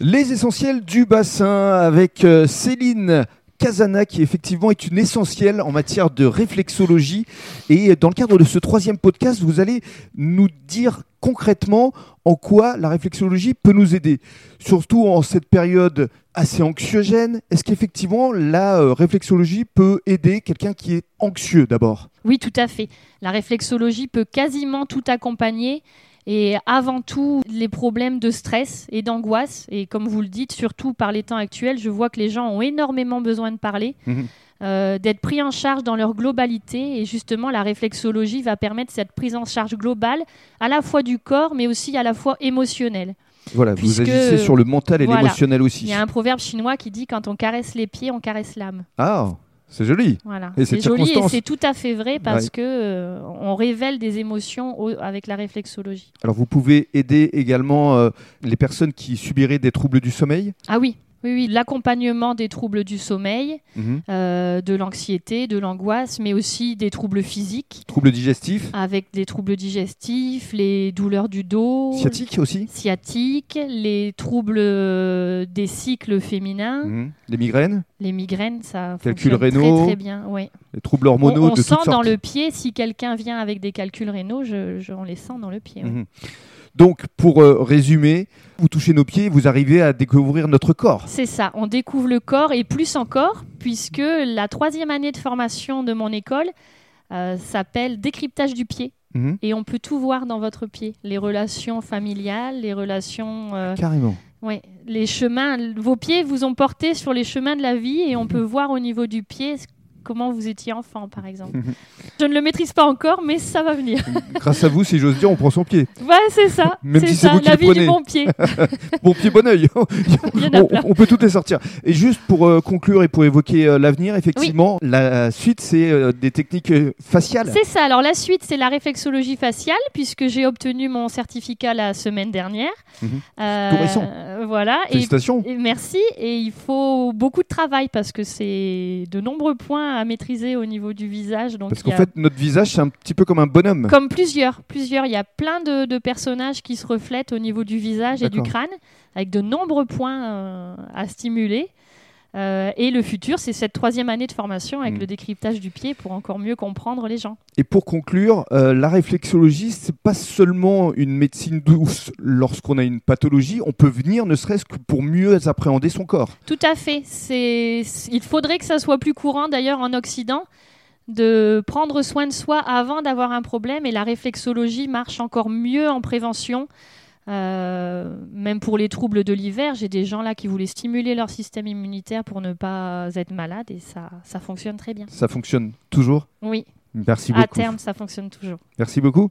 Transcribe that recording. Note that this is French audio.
Les essentiels du bassin avec euh, Céline Casana qui effectivement est une essentielle en matière de réflexologie. Et euh, dans le cadre de ce troisième podcast, vous allez nous dire concrètement en quoi la réflexologie peut nous aider. Surtout en cette période assez anxiogène, est-ce qu'effectivement la euh, réflexologie peut aider quelqu'un qui est anxieux d'abord Oui, tout à fait. La réflexologie peut quasiment tout accompagner et avant tout les problèmes de stress et d'angoisse. Et comme vous le dites, surtout par les temps actuels, je vois que les gens ont énormément besoin de parler, Mhm. euh, d'être pris en charge dans leur globalité. Et justement, la réflexologie va permettre cette prise en charge globale, à la fois du corps, mais aussi à la fois émotionnelle. Voilà, Puisque- vous agissez sur le mental et Voilà. l'émotionnel Il aussi. y a un proverbe chinois qui dit quand on caresse les pieds, on caresse l'âme. Ah, c'est joli. Voilà. Et C'est cette joli et circonstance. c'est tout à fait vrai parce Ouais. que euh, on révèle des émotions au- avec la réflexologie. Alors vous pouvez aider également euh, les personnes qui subiraient des troubles du sommeil. Ah oui, oui, oui, l'accompagnement des troubles du sommeil, Mhm. euh, de l'anxiété, de l'angoisse, mais aussi des troubles physiques Troubles digestifs, avec des troubles digestifs, les douleurs du dos, sciatiques aussi. sciatiques, les troubles euh, des cycles féminins, Mhm. Les migraines, les migraines, ça Calculs fonctionne rénaux, très très bien. Ouais. les troubles On, hormonaux on de sent toutes sortes. dans le pied, si quelqu'un vient avec des calculs rénaux, je, je- on les sent dans le pied. ouais. Mhm. Donc pour euh, résumer, vous touchez nos pieds, vous arrivez à découvrir notre corps. C'est ça, on découvre le corps et plus encore, puisque la troisième année de formation de mon école euh, s'appelle décryptage du pied. Mhm. Et on peut tout voir dans votre pied. Les relations familiales, les relations... euh, Carrément. ouais, les chemins, vos pieds vous ont porté sur les chemins de la vie et on peut voir au niveau du pied ce- comment vous étiez enfant, par exemple. Mhm. Je ne le maîtrise pas encore, mais ça va venir. Grâce à vous, si j'ose dire, on prend son pied. Ouais, c'est ça. Même c'est si c'est ça, vous qui la le vie prenez. du bon pied. Bon pied, bon oeil. Il y en a on, plein. on peut toutes les sortir. Et juste pour euh, conclure et pour évoquer euh, l'avenir, effectivement, la suite, c'est euh, des techniques euh, faciales. C'est ça. Alors la suite, c'est la réflexologie faciale, puisque j'ai obtenu mon certificat la semaine dernière. Mhm. Euh, Tout récent. Voilà. Et, Félicitations. et merci. Et il faut beaucoup de travail parce que c'est de nombreux points à maîtriser au niveau du visage. Donc Parce il y qu'en a- fait, bah. notre visage, c'est un petit peu comme un bonhomme. comme plusieurs, plusieurs, il y a plein de, de personnages qui se reflètent au niveau du visage et du D'accord. crâne, avec de nombreux points euh, à stimuler. Euh, et le futur, c'est cette troisième année de formation avec Mhm. le décryptage du pied pour encore mieux comprendre les gens. Et pour conclure, euh, la réflexologie, c'est pas seulement une médecine douce. Lorsqu'on a une pathologie, on peut venir ne serait-ce que pour mieux appréhender son corps. Tout à fait. C'est... c'est- Il faudrait que ça soit plus courant d'ailleurs en Occident de prendre soin de soi avant d'avoir un problème et la réflexologie marche encore mieux en prévention. Euh, même pour les troubles de l'hiver, j'ai des gens là qui voulaient stimuler leur système immunitaire pour ne pas être malade et ça, ça fonctionne très bien. Ça fonctionne toujours. Oui, Merci à beaucoup. terme, ça fonctionne toujours. Merci beaucoup.